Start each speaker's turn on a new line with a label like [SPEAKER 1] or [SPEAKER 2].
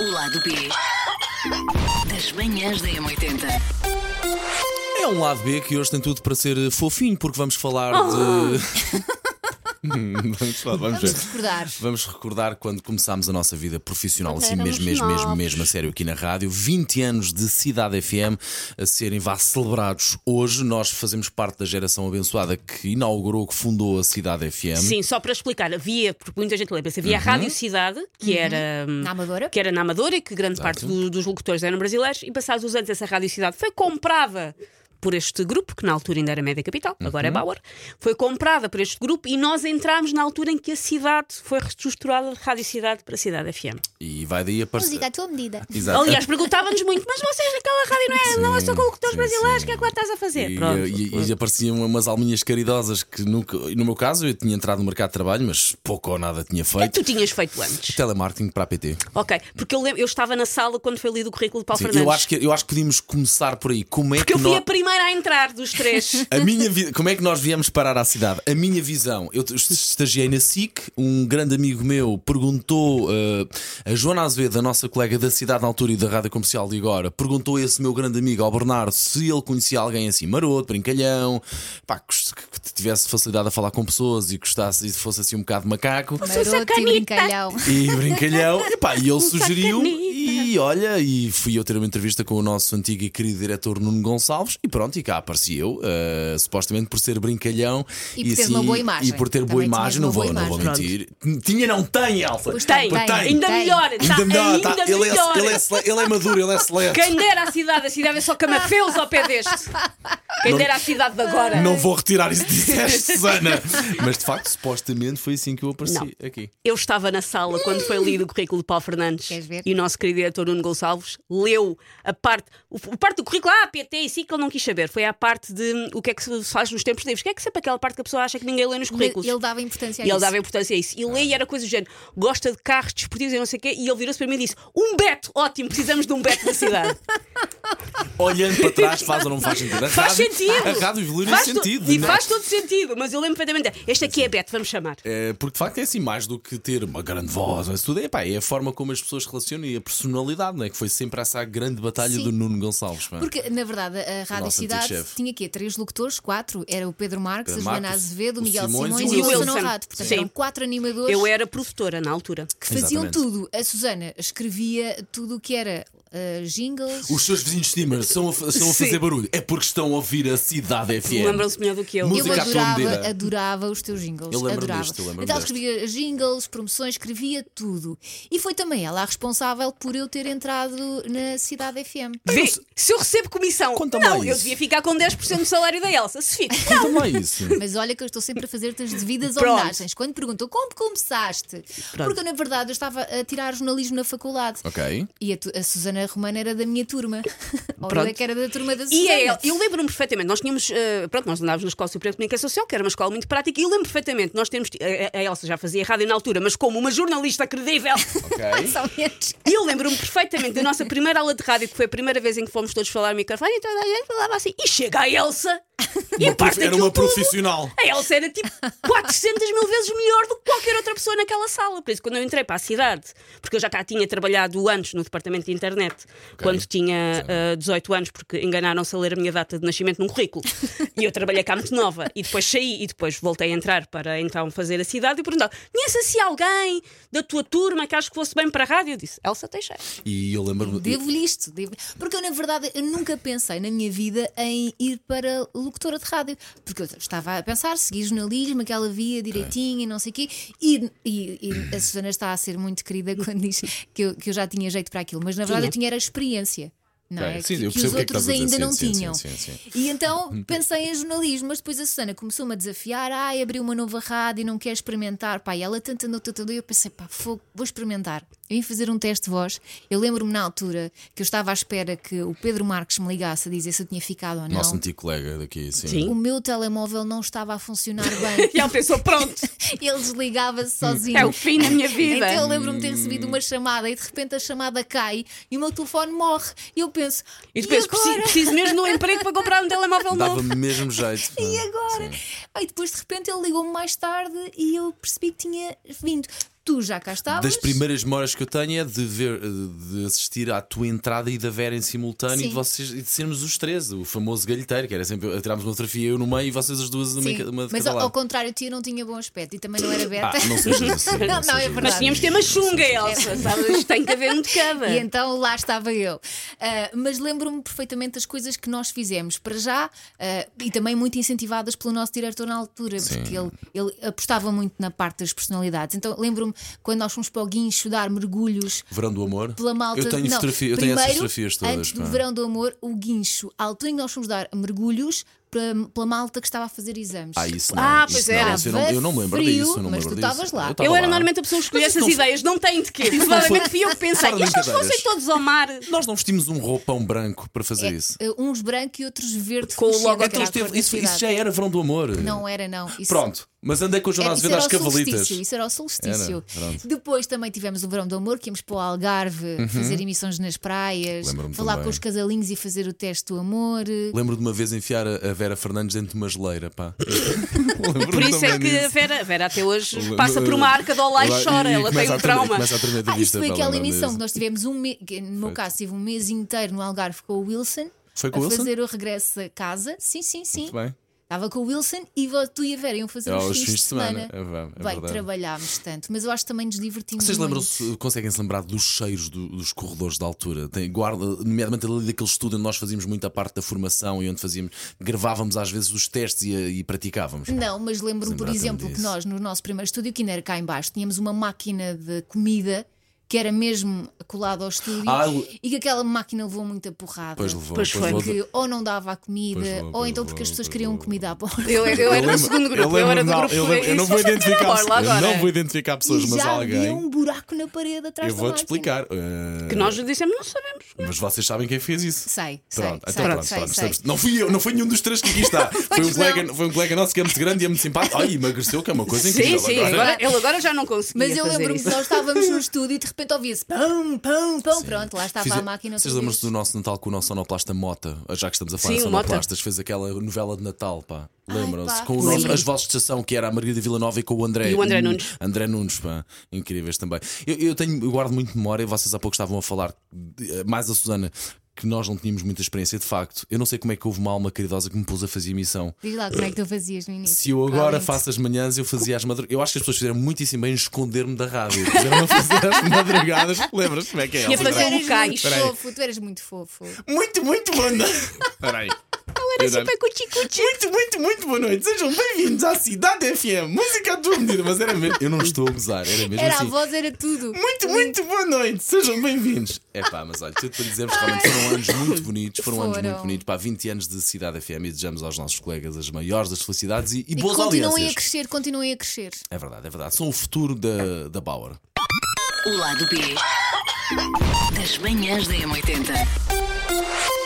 [SPEAKER 1] O lado B das manhãs da M80.
[SPEAKER 2] É um lado B que hoje tem tudo para ser eh, fofinho, porque vamos falar de. Hum, vamos, falar, vamos ver.
[SPEAKER 3] recordar.
[SPEAKER 2] Vamos recordar quando começámos a nossa vida profissional,
[SPEAKER 3] Quando
[SPEAKER 2] assim
[SPEAKER 3] éramos
[SPEAKER 2] mesmo, mesmo, mesmo,
[SPEAKER 3] novos.
[SPEAKER 2] mesmo a sério aqui na rádio. 20 anos de Cidade FM a serem vá celebrados hoje. Nós fazemos parte da geração abençoada que inaugurou, que fundou a Cidade FM.
[SPEAKER 4] Sim, só para explicar, havia, porque muita gente lembra-se, havia
[SPEAKER 2] Uhum.
[SPEAKER 4] a Rádio Cidade, que era. hum,
[SPEAKER 3] Na Amadora?
[SPEAKER 2] é
[SPEAKER 4] Que era na Amadora e que grande parte do- dos locutores eram brasileiros, e passados os anos, essa Rádio Cidade foi comprada por este grupo, que na altura ainda era Média Capital, agora é
[SPEAKER 2] Uhum.
[SPEAKER 4] Bauer, foi comprada por este grupo e nós entramos na altura em que a cidade foi reestruturada de Rádio Cidade para Cidade FM.
[SPEAKER 2] E vai daí aparecer.
[SPEAKER 3] Música à tua medida.
[SPEAKER 2] Exato.
[SPEAKER 4] Aliás, perguntavam-nos muito, mas vocês naquela rádio não, é, não é só com locutores
[SPEAKER 2] sim,
[SPEAKER 4] brasileiros,
[SPEAKER 2] sim.
[SPEAKER 4] o que é que lá estás a fazer?
[SPEAKER 2] E,
[SPEAKER 4] Pronto.
[SPEAKER 2] e- e apareciam umas alminhas caridosas que, nunca, e no meu caso, eu tinha entrado no mercado de trabalho, mas pouco ou nada tinha
[SPEAKER 4] O que é
[SPEAKER 2] feito.
[SPEAKER 4] que tu tinhas feito
[SPEAKER 2] Então
[SPEAKER 4] antes?
[SPEAKER 2] Telemarketing para a PT.
[SPEAKER 4] Ok, porque eu, lembro, eu estava na sala quando foi lido o currículo de Paulo
[SPEAKER 2] Sim,
[SPEAKER 4] Fernandes.
[SPEAKER 2] eu, acho que, eu acho que podíamos começar por aí. Como é
[SPEAKER 4] Porque
[SPEAKER 2] que
[SPEAKER 4] eu fui
[SPEAKER 2] nó-
[SPEAKER 4] a primeira a entrar dos três.
[SPEAKER 2] a minha vi- Como é que nós viemos parar à cidade? A minha visão, eu t- estagiei na SIC, um grande amigo meu perguntou eh, a Joana Azevedo, a nossa colega da cidade na altura e da Rádio Comercial de agora, perguntou a esse meu grande amigo, ao Bernardo, se ele conhecia alguém assim maroto, brincalhão, pá, que, que- que tivesse facilidade a falar com pessoas e gostasse e fosse assim um bocado macaco.
[SPEAKER 3] Maroto e
[SPEAKER 4] sacanita.
[SPEAKER 3] brincalhão.
[SPEAKER 2] E brincalhão, e pá, e ele sugeriu.
[SPEAKER 4] sacanita.
[SPEAKER 2] E olha, e fui eu ter uma entrevista com o nosso antigo e querido diretor Nuno Gonçalves, e pronto, e cá apareci eu, eh, supostamente por ser brincalhão
[SPEAKER 3] E por ter uma boa imagem.
[SPEAKER 2] E por ter boa
[SPEAKER 3] Também tinhas
[SPEAKER 2] imagem, não
[SPEAKER 3] uma
[SPEAKER 2] vou,
[SPEAKER 3] boa
[SPEAKER 2] não vou
[SPEAKER 3] imagem.
[SPEAKER 2] mentir. Tinha, não tem, Elsa.
[SPEAKER 3] Pois
[SPEAKER 4] Tem,
[SPEAKER 3] Tem, tem,
[SPEAKER 4] ainda
[SPEAKER 3] tem.
[SPEAKER 4] melhor, tá,
[SPEAKER 2] Ainda melhor,
[SPEAKER 4] ainda
[SPEAKER 2] tá. Ele, é,
[SPEAKER 4] melhor.
[SPEAKER 2] ele, é, sele- ele é maduro, ele é celeste.
[SPEAKER 4] Quem dera a cidade, a cidade é só camafeus ao pé deste. Quem dera a cidade de agora.
[SPEAKER 3] é?
[SPEAKER 2] Não vou retirar isso que disseste, Susana. Mas de facto, supostamente foi assim que eu apareci aqui.
[SPEAKER 4] Eu estava na sala quando foi lido o currículo de Paulo Fernandes
[SPEAKER 3] Queres ver?
[SPEAKER 4] e o nosso querido diretor Nuno Gonçalves leu a parte, o, o parte do currículo, ah, PT e SIC, ele não quis saber. Foi a parte de hum, o que é que se faz nos tempos livres. O que é que sempre aquela parte que a pessoa acha que ninguém lê nos currículos?
[SPEAKER 3] Ele dava importância a
[SPEAKER 4] E ele
[SPEAKER 3] isso.
[SPEAKER 4] dava importância a É isso. E lei era coisa do género: gosta de carros desportivos e não sei o quê. E ele virou-se para mim e disse: Um Beto, ótimo, precisamos de um Beto na cidade.
[SPEAKER 2] Olhando para trás, faz ou não faz sentido? A
[SPEAKER 4] faz
[SPEAKER 2] rádio-
[SPEAKER 4] sentido.
[SPEAKER 2] A rádio evolui
[SPEAKER 4] Faz
[SPEAKER 2] nesse
[SPEAKER 4] to-
[SPEAKER 2] sentido.
[SPEAKER 4] E
[SPEAKER 2] não é?
[SPEAKER 4] faz todo sentido, mas eu lembro perfeitamente: Este aqui é Beto, vamos chamar.
[SPEAKER 2] É, porque de facto é assim, mais do que ter uma grande voz, isso tudo é, pá, é a forma como as pessoas relacionam e a personalidade, não é? Que foi sempre essa a grande batalha
[SPEAKER 3] Sim.
[SPEAKER 2] do Nuno Gonçalves. pá.
[SPEAKER 3] Porque, na verdade, a
[SPEAKER 2] nosso
[SPEAKER 3] Rádio
[SPEAKER 2] antigo
[SPEAKER 3] Cidade
[SPEAKER 2] chefe.
[SPEAKER 3] tinha quê? Três locutores, quatro. Era o Pedro Marques,
[SPEAKER 2] Pedro
[SPEAKER 3] a Joana
[SPEAKER 2] Marques,
[SPEAKER 3] Azevedo,
[SPEAKER 2] o
[SPEAKER 3] o Miguel
[SPEAKER 2] Simões
[SPEAKER 3] Simões,
[SPEAKER 2] e
[SPEAKER 3] e
[SPEAKER 2] o
[SPEAKER 3] o Wilson
[SPEAKER 4] Wilson.
[SPEAKER 3] Honrado. Portanto,
[SPEAKER 4] Sim.
[SPEAKER 3] eram quatro animadores
[SPEAKER 4] Eu era produtora na altura.
[SPEAKER 3] que faziam
[SPEAKER 2] Exatamente.
[SPEAKER 3] tudo. A Susana escrevia tudo o que era ah, jingles.
[SPEAKER 2] Os seus vizinhos de cima estão a, fa- estão a
[SPEAKER 4] Sim.
[SPEAKER 2] fazer barulho, é porque estão a ouvir a cidade FM.
[SPEAKER 4] Lembram-se melhor do que eu.
[SPEAKER 2] Música
[SPEAKER 3] Eu
[SPEAKER 2] à tua medida.
[SPEAKER 3] adorava, adorava os teus jingles.
[SPEAKER 2] Eu lembro-me
[SPEAKER 3] adorava.
[SPEAKER 2] disto, eu lembro-me
[SPEAKER 3] então
[SPEAKER 2] deste.
[SPEAKER 3] escrevia jingles, promoções, escrevia tudo. E foi também ela a responsável por eu ter entrado na Cidade FM.
[SPEAKER 4] Vê, se eu recebo comissão,
[SPEAKER 2] Conta-me lá
[SPEAKER 4] não, eu
[SPEAKER 2] isso.
[SPEAKER 4] devia ficar com 10% do salário da Elsa. Se fico, não.
[SPEAKER 2] Conta-me lá Então isso.
[SPEAKER 3] Mas olha que eu estou sempre a fazer-te as devidas
[SPEAKER 4] Pronto.
[SPEAKER 3] homenagens. Quando perguntam como começaste, porque na verdade eu estava a tirar jornalismo na faculdade.
[SPEAKER 2] ok.
[SPEAKER 3] E a, tu- a Susana Romana era da minha turma. Ou
[SPEAKER 4] Pronto.
[SPEAKER 3] eu é que era da turma da Susana.
[SPEAKER 4] E é, ele. eu lembro-me perfeitamente, nós tínhamos, eh, pronto, nós andávamos na Escola Superior de Comunicação Social, que era uma escola muito prática, e eu lembro perfeitamente, nós temos, eh, a, a Elsa já fazia rádio na altura, mas como uma jornalista credível,
[SPEAKER 2] Ok.
[SPEAKER 3] Mais ou menos.
[SPEAKER 4] e eu lembro-me perfeitamente da nossa primeira aula de rádio, que foi a primeira vez em que fomos todos falar ao microfone, e toda a gente falava assim, e chega a Elsa, e parte
[SPEAKER 2] Era
[SPEAKER 4] daquilo
[SPEAKER 2] uma
[SPEAKER 4] tudo.
[SPEAKER 2] profissional.
[SPEAKER 4] A Elsa era tipo 400 mil vezes melhor do que qualquer outra pessoa naquela sala. Por isso, quando eu entrei para a cidade, porque eu já cá tinha trabalhado antes no departamento de internet, quando tinha ah, 18 anos, porque enganaram-se a ler a minha data de nascimento num currículo. e eu trabalhei cá muito nova. E depois saí e depois voltei a entrar para então fazer a cidade e perguntava: conhece assim alguém da tua turma que acho que fosse bem para a rádio? Eu disse: Elsa Teixeira.
[SPEAKER 2] E eu lembro-me.
[SPEAKER 3] Devo-lhe isto. Devo... Porque eu, na verdade, eu nunca pensei na minha vida em ir para locutora de rádio. Porque eu estava a pensar, seguir jornalismo, aquela via direitinha e não sei o quê. E, e- e a Susana está a ser muito querida quando diz que eu, que eu já tinha jeito para aquilo. Mas, na verdade,
[SPEAKER 4] Tinha.
[SPEAKER 3] eu tinha era experiência. Não
[SPEAKER 2] Ok,
[SPEAKER 3] é?
[SPEAKER 2] sim,
[SPEAKER 3] que,
[SPEAKER 2] eu
[SPEAKER 3] que
[SPEAKER 2] percebo
[SPEAKER 3] os
[SPEAKER 2] o que é que
[SPEAKER 3] outros
[SPEAKER 2] estás a dizer,
[SPEAKER 3] ainda não
[SPEAKER 2] sim, sim,
[SPEAKER 3] tinham.
[SPEAKER 2] sim, sim, sim.
[SPEAKER 3] E então pensei em jornalismo, mas depois a Susana começou-me a desafiar: ai, abriu uma nova rádio e não quer experimentar. Pá, e ela tanto andou, tanto andou, e eu pensei: pá, fogo, vou experimentar. Eu vim fazer um teste de voz. Eu lembro-me na altura que eu estava à espera que o Pedro Marques me ligasse a dizer se eu tinha ficado ou não.
[SPEAKER 2] Nosso antigo colega daqui, sim.
[SPEAKER 4] Sim.
[SPEAKER 3] O meu telemóvel não estava a funcionar bem.
[SPEAKER 4] E ela pensou: pronto,
[SPEAKER 3] Ele desligava-se sozinho.
[SPEAKER 4] é o fim da minha vida.
[SPEAKER 3] Então eu lembro-me de ter recebido uma chamada e de repente a chamada cai e o meu telefone morre. E eu penso,
[SPEAKER 4] e depois preciso,
[SPEAKER 3] agora?
[SPEAKER 4] preciso mesmo de um emprego para comprar um telemóvel novo.
[SPEAKER 2] Dava-me mesmo jeito.
[SPEAKER 3] E agora? Ai, depois de repente ele ligou-me mais tarde e eu percebi que tinha vindo. Tu já cá estavas.
[SPEAKER 2] Das primeiras memórias que eu tenho é de, ver, de assistir à tua entrada e da Vera em simultâneo
[SPEAKER 3] Sim.
[SPEAKER 2] e de, vocês, e de sermos os três, o famoso galheteiro, que era sempre tirámos uma fotografia eu no meio e vocês as duas numa,
[SPEAKER 3] Sim.
[SPEAKER 2] de uma de
[SPEAKER 3] Mas
[SPEAKER 2] cada
[SPEAKER 3] ao,
[SPEAKER 2] lado.
[SPEAKER 3] ao contrário, tia não tinha bom aspecto e também não era beta.
[SPEAKER 2] Ah, não sejas assim,
[SPEAKER 3] Não, não,
[SPEAKER 2] sejas
[SPEAKER 3] é
[SPEAKER 2] assim.
[SPEAKER 3] verdade.
[SPEAKER 4] Mas tínhamos que ter uma chunga, Elsa, sabe? Isto Tem que haver um de cada.
[SPEAKER 2] é.
[SPEAKER 3] E então lá estava eu. Ah, mas lembro-me perfeitamente das coisas que nós fizemos para já ah, e também muito incentivadas pelo nosso diretor na altura, porque ele, ele apostava muito na parte das personalidades. Então lembro-me quando nós fomos para o Guincho dar mergulhos.
[SPEAKER 2] Verão do Amor.
[SPEAKER 3] Pela malta
[SPEAKER 2] Eu tenho,
[SPEAKER 3] não,
[SPEAKER 2] fotografia, eu tenho
[SPEAKER 3] primeiro,
[SPEAKER 2] essas fotografias todas.
[SPEAKER 3] Antes do
[SPEAKER 2] pá.
[SPEAKER 3] verão do amor, o guincho. À altura em que nós fomos dar mergulhos para, pela malta que estava a fazer exames.
[SPEAKER 2] Ah, isso não.
[SPEAKER 4] Ah,
[SPEAKER 2] isso
[SPEAKER 4] pois
[SPEAKER 2] não,
[SPEAKER 4] era.
[SPEAKER 2] isso eu, não, eu não me lembro
[SPEAKER 3] Frio,
[SPEAKER 2] disso. Eu não me
[SPEAKER 3] mas
[SPEAKER 2] lembro
[SPEAKER 3] tu
[SPEAKER 2] disso.
[SPEAKER 3] estavas lá.
[SPEAKER 2] tava
[SPEAKER 4] eu era
[SPEAKER 2] lá.
[SPEAKER 4] normalmente a pessoa que escolhia
[SPEAKER 2] Mas isso
[SPEAKER 4] essas
[SPEAKER 2] não-
[SPEAKER 4] ideias, não tem de quê? Provavelmente fui eu que pensei.
[SPEAKER 2] Fora
[SPEAKER 4] E estas
[SPEAKER 2] brincadeiras.
[SPEAKER 4] fossem todos ao mar.
[SPEAKER 2] Nós não vestimos um roupão branco para fazer
[SPEAKER 3] É,
[SPEAKER 2] isso.
[SPEAKER 3] eh, uns branco e outros verde
[SPEAKER 4] Com o
[SPEAKER 3] fluorescente,
[SPEAKER 4] logo
[SPEAKER 3] que
[SPEAKER 4] Agora
[SPEAKER 2] Então
[SPEAKER 3] era a
[SPEAKER 2] esteve-
[SPEAKER 3] cor da
[SPEAKER 2] isso, isso
[SPEAKER 3] cidade.
[SPEAKER 2] já era verão do amor.
[SPEAKER 3] Não era, não. Isso-
[SPEAKER 2] Pronto, mas andei com o jornal
[SPEAKER 3] Era,
[SPEAKER 2] a
[SPEAKER 3] isso
[SPEAKER 2] ver
[SPEAKER 3] era
[SPEAKER 2] às
[SPEAKER 3] o
[SPEAKER 2] cavalitas.
[SPEAKER 3] solstício, isso era o solstício.
[SPEAKER 2] Era, pronto. Uhum.
[SPEAKER 3] Depois também tivemos o Verão do Amor, que íamos para o Algarve fazer emissões nas praias,
[SPEAKER 2] Lembro-me
[SPEAKER 3] falar
[SPEAKER 2] também.
[SPEAKER 3] com os casalinhos e fazer o teste do amor.
[SPEAKER 2] Lembro de uma vez enfiar a a Vera Fernandes dentro de uma geleira, pá.
[SPEAKER 4] Por isso é que a Vera, a Vera até hoje passa por uma arca de olá
[SPEAKER 2] olá
[SPEAKER 4] e chora.
[SPEAKER 2] e
[SPEAKER 4] Ela tem
[SPEAKER 2] começa a
[SPEAKER 4] um
[SPEAKER 2] tremer-
[SPEAKER 4] trauma.
[SPEAKER 2] Começa a tremer da
[SPEAKER 3] Ah, isso
[SPEAKER 2] vista,
[SPEAKER 3] foi
[SPEAKER 2] pá,
[SPEAKER 3] aquela
[SPEAKER 2] lembro-me
[SPEAKER 3] emissão que
[SPEAKER 2] disso.
[SPEAKER 3] nós tivemos um mês, no meu caso, tive um mês inteiro no Algarve com o Wilson.
[SPEAKER 2] Foi com
[SPEAKER 3] a
[SPEAKER 2] o Wilson?
[SPEAKER 3] fazer o regresso a casa. Sim, sim, sim.
[SPEAKER 2] Muito bem.
[SPEAKER 3] Estava com o Wilson e vo- tu e a Vera iam fazer
[SPEAKER 2] É,
[SPEAKER 3] os
[SPEAKER 2] aos
[SPEAKER 3] fins, de semana.
[SPEAKER 2] É verdade, é
[SPEAKER 3] Bem,
[SPEAKER 2] verdade.
[SPEAKER 3] trabalhámos tanto, mas eu acho que também nos divertimos
[SPEAKER 2] Vocês
[SPEAKER 3] muito.
[SPEAKER 2] lembram-se, conseguem-se lembrar dos cheiros do- dos corredores da altura? Tem, guarda, nomeadamente ali daquele estúdio onde nós fazíamos muita parte da formação e onde fazíamos, gravávamos às vezes os testes e, eh, e praticávamos.
[SPEAKER 3] Não, mas lembro-me, por
[SPEAKER 2] Lembrar-te-me
[SPEAKER 3] exemplo, que
[SPEAKER 2] disso.
[SPEAKER 3] nós, no nosso primeiro estúdio, que ainda era cá em baixo, tínhamos uma máquina de comida que era mesmo colada ao estúdio
[SPEAKER 2] Ah, eu-
[SPEAKER 3] e que aquela máquina levou muita porrada.
[SPEAKER 2] Depois levou,
[SPEAKER 4] Pois
[SPEAKER 2] depois
[SPEAKER 4] foi.
[SPEAKER 2] levou-
[SPEAKER 3] Porque ou não dava a comida,
[SPEAKER 2] Pois levou,
[SPEAKER 3] ou
[SPEAKER 2] pois
[SPEAKER 3] então
[SPEAKER 2] levou,
[SPEAKER 3] porque as pessoas
[SPEAKER 2] pois
[SPEAKER 3] queriam
[SPEAKER 2] levou.
[SPEAKER 3] comida à porta.
[SPEAKER 4] Eu, eu era do
[SPEAKER 2] lembro-
[SPEAKER 4] segundo grupo, eu, era do
[SPEAKER 2] lembro-
[SPEAKER 4] grupo.
[SPEAKER 2] eu lembro- eu não vou
[SPEAKER 4] Isso já
[SPEAKER 2] identificar
[SPEAKER 4] tem borla
[SPEAKER 2] eu
[SPEAKER 4] agora.
[SPEAKER 2] não vou identificar pessoas,
[SPEAKER 3] e
[SPEAKER 2] mas
[SPEAKER 3] já havia
[SPEAKER 2] alguém.
[SPEAKER 3] um buraco na parede atrás
[SPEAKER 2] Eu
[SPEAKER 3] da
[SPEAKER 2] vou-te
[SPEAKER 3] máquina.
[SPEAKER 2] explicar. Eh,
[SPEAKER 4] Que nós dissemos, não sabemos.
[SPEAKER 2] Mas vocês sabem quem fez isso.
[SPEAKER 3] Sei, sei,
[SPEAKER 2] Pronto,
[SPEAKER 3] sei,
[SPEAKER 2] então pronto,
[SPEAKER 3] sei,
[SPEAKER 2] pronto,
[SPEAKER 3] sei.
[SPEAKER 2] estamos- Não fui eu, não foi nenhum dos três que aqui está. Foi um,
[SPEAKER 3] não.
[SPEAKER 2] colega, foi um colega nosso que é muito grande e é muito simpático. Ai, emagreceu, que é uma coisa
[SPEAKER 4] Sim,
[SPEAKER 2] incrível.
[SPEAKER 4] sim,
[SPEAKER 2] Agora-
[SPEAKER 4] agora, ele agora já não conseguia
[SPEAKER 3] Mas eu
[SPEAKER 4] fazer
[SPEAKER 3] lembro-me que
[SPEAKER 4] isso.
[SPEAKER 3] nós estávamos no estúdio e de repente ouvia-se pão, pão, pão. Pronto, lá estava
[SPEAKER 2] Fiz-
[SPEAKER 3] a máquina. outra
[SPEAKER 2] Vocês lembram-se do
[SPEAKER 3] vez.
[SPEAKER 2] nosso Natal com o nosso sonoplasta Mota? Já que estamos a falar
[SPEAKER 4] Sim,
[SPEAKER 2] de
[SPEAKER 4] o Mota.
[SPEAKER 2] sonoplastas, fez aquela novela de Natal, pá. Lembram-se?
[SPEAKER 3] pá.
[SPEAKER 2] Com o nosso,
[SPEAKER 4] Lembro.
[SPEAKER 2] as vozes de estação, que era a Margarida Villanova e com o André.
[SPEAKER 4] E o André
[SPEAKER 2] Hum,
[SPEAKER 4] Nunes.
[SPEAKER 2] André Nunes, pá. Incríveis também. Eu, eu tenho, eu guardo muito memória, vocês há pouco estavam a falar, eh, mais a Susana. Que nós não tínhamos muita experiência, de facto. Eu não sei como é que houve uma alma caridosa que me pôs a fazer emissão.
[SPEAKER 3] Diz lá como é que tu fazias no início.
[SPEAKER 2] Se eu agora
[SPEAKER 3] Além de-
[SPEAKER 2] faço as manhãs, eu fazia as madrugadas. Eu acho que as pessoas fizeram muitíssimo bem em esconder-me da rádio. Fizeram-me a fazer as madrugadas. Lembras como é que é?
[SPEAKER 4] E a
[SPEAKER 2] Elsa?
[SPEAKER 4] fazer
[SPEAKER 3] Tu eras
[SPEAKER 4] locais.
[SPEAKER 3] muito
[SPEAKER 2] Espera aí.
[SPEAKER 3] fofo, tu eras muito fofo.
[SPEAKER 2] Muito, muito boa noite. Peraí. Eu já- Muito, muito, muito boa noite. Sejam bem-vindos à Cidade FM. Música à tua medida. Mas era mesmo. Eu não estou a gozar, era mesmo
[SPEAKER 3] Era a
[SPEAKER 2] assim.
[SPEAKER 3] voz, era tudo.
[SPEAKER 2] Muito, muito boa noite. Sejam bem-vindos. É pá, mas olha, tudo para dizermos que realmente foram anos muito bonitos. Foram, anos muito
[SPEAKER 3] Foram.
[SPEAKER 2] bonitos. Pá, 20 anos de Cidade FM e desejamos aos nossos colegas as maiores das felicidades e, e
[SPEAKER 3] E
[SPEAKER 2] boas
[SPEAKER 3] continuem a
[SPEAKER 2] audiências.
[SPEAKER 3] crescer, continuem a crescer.
[SPEAKER 2] É verdade, é verdade. São o futuro da, da Bauer.
[SPEAKER 1] O lado B das manhãs da M80.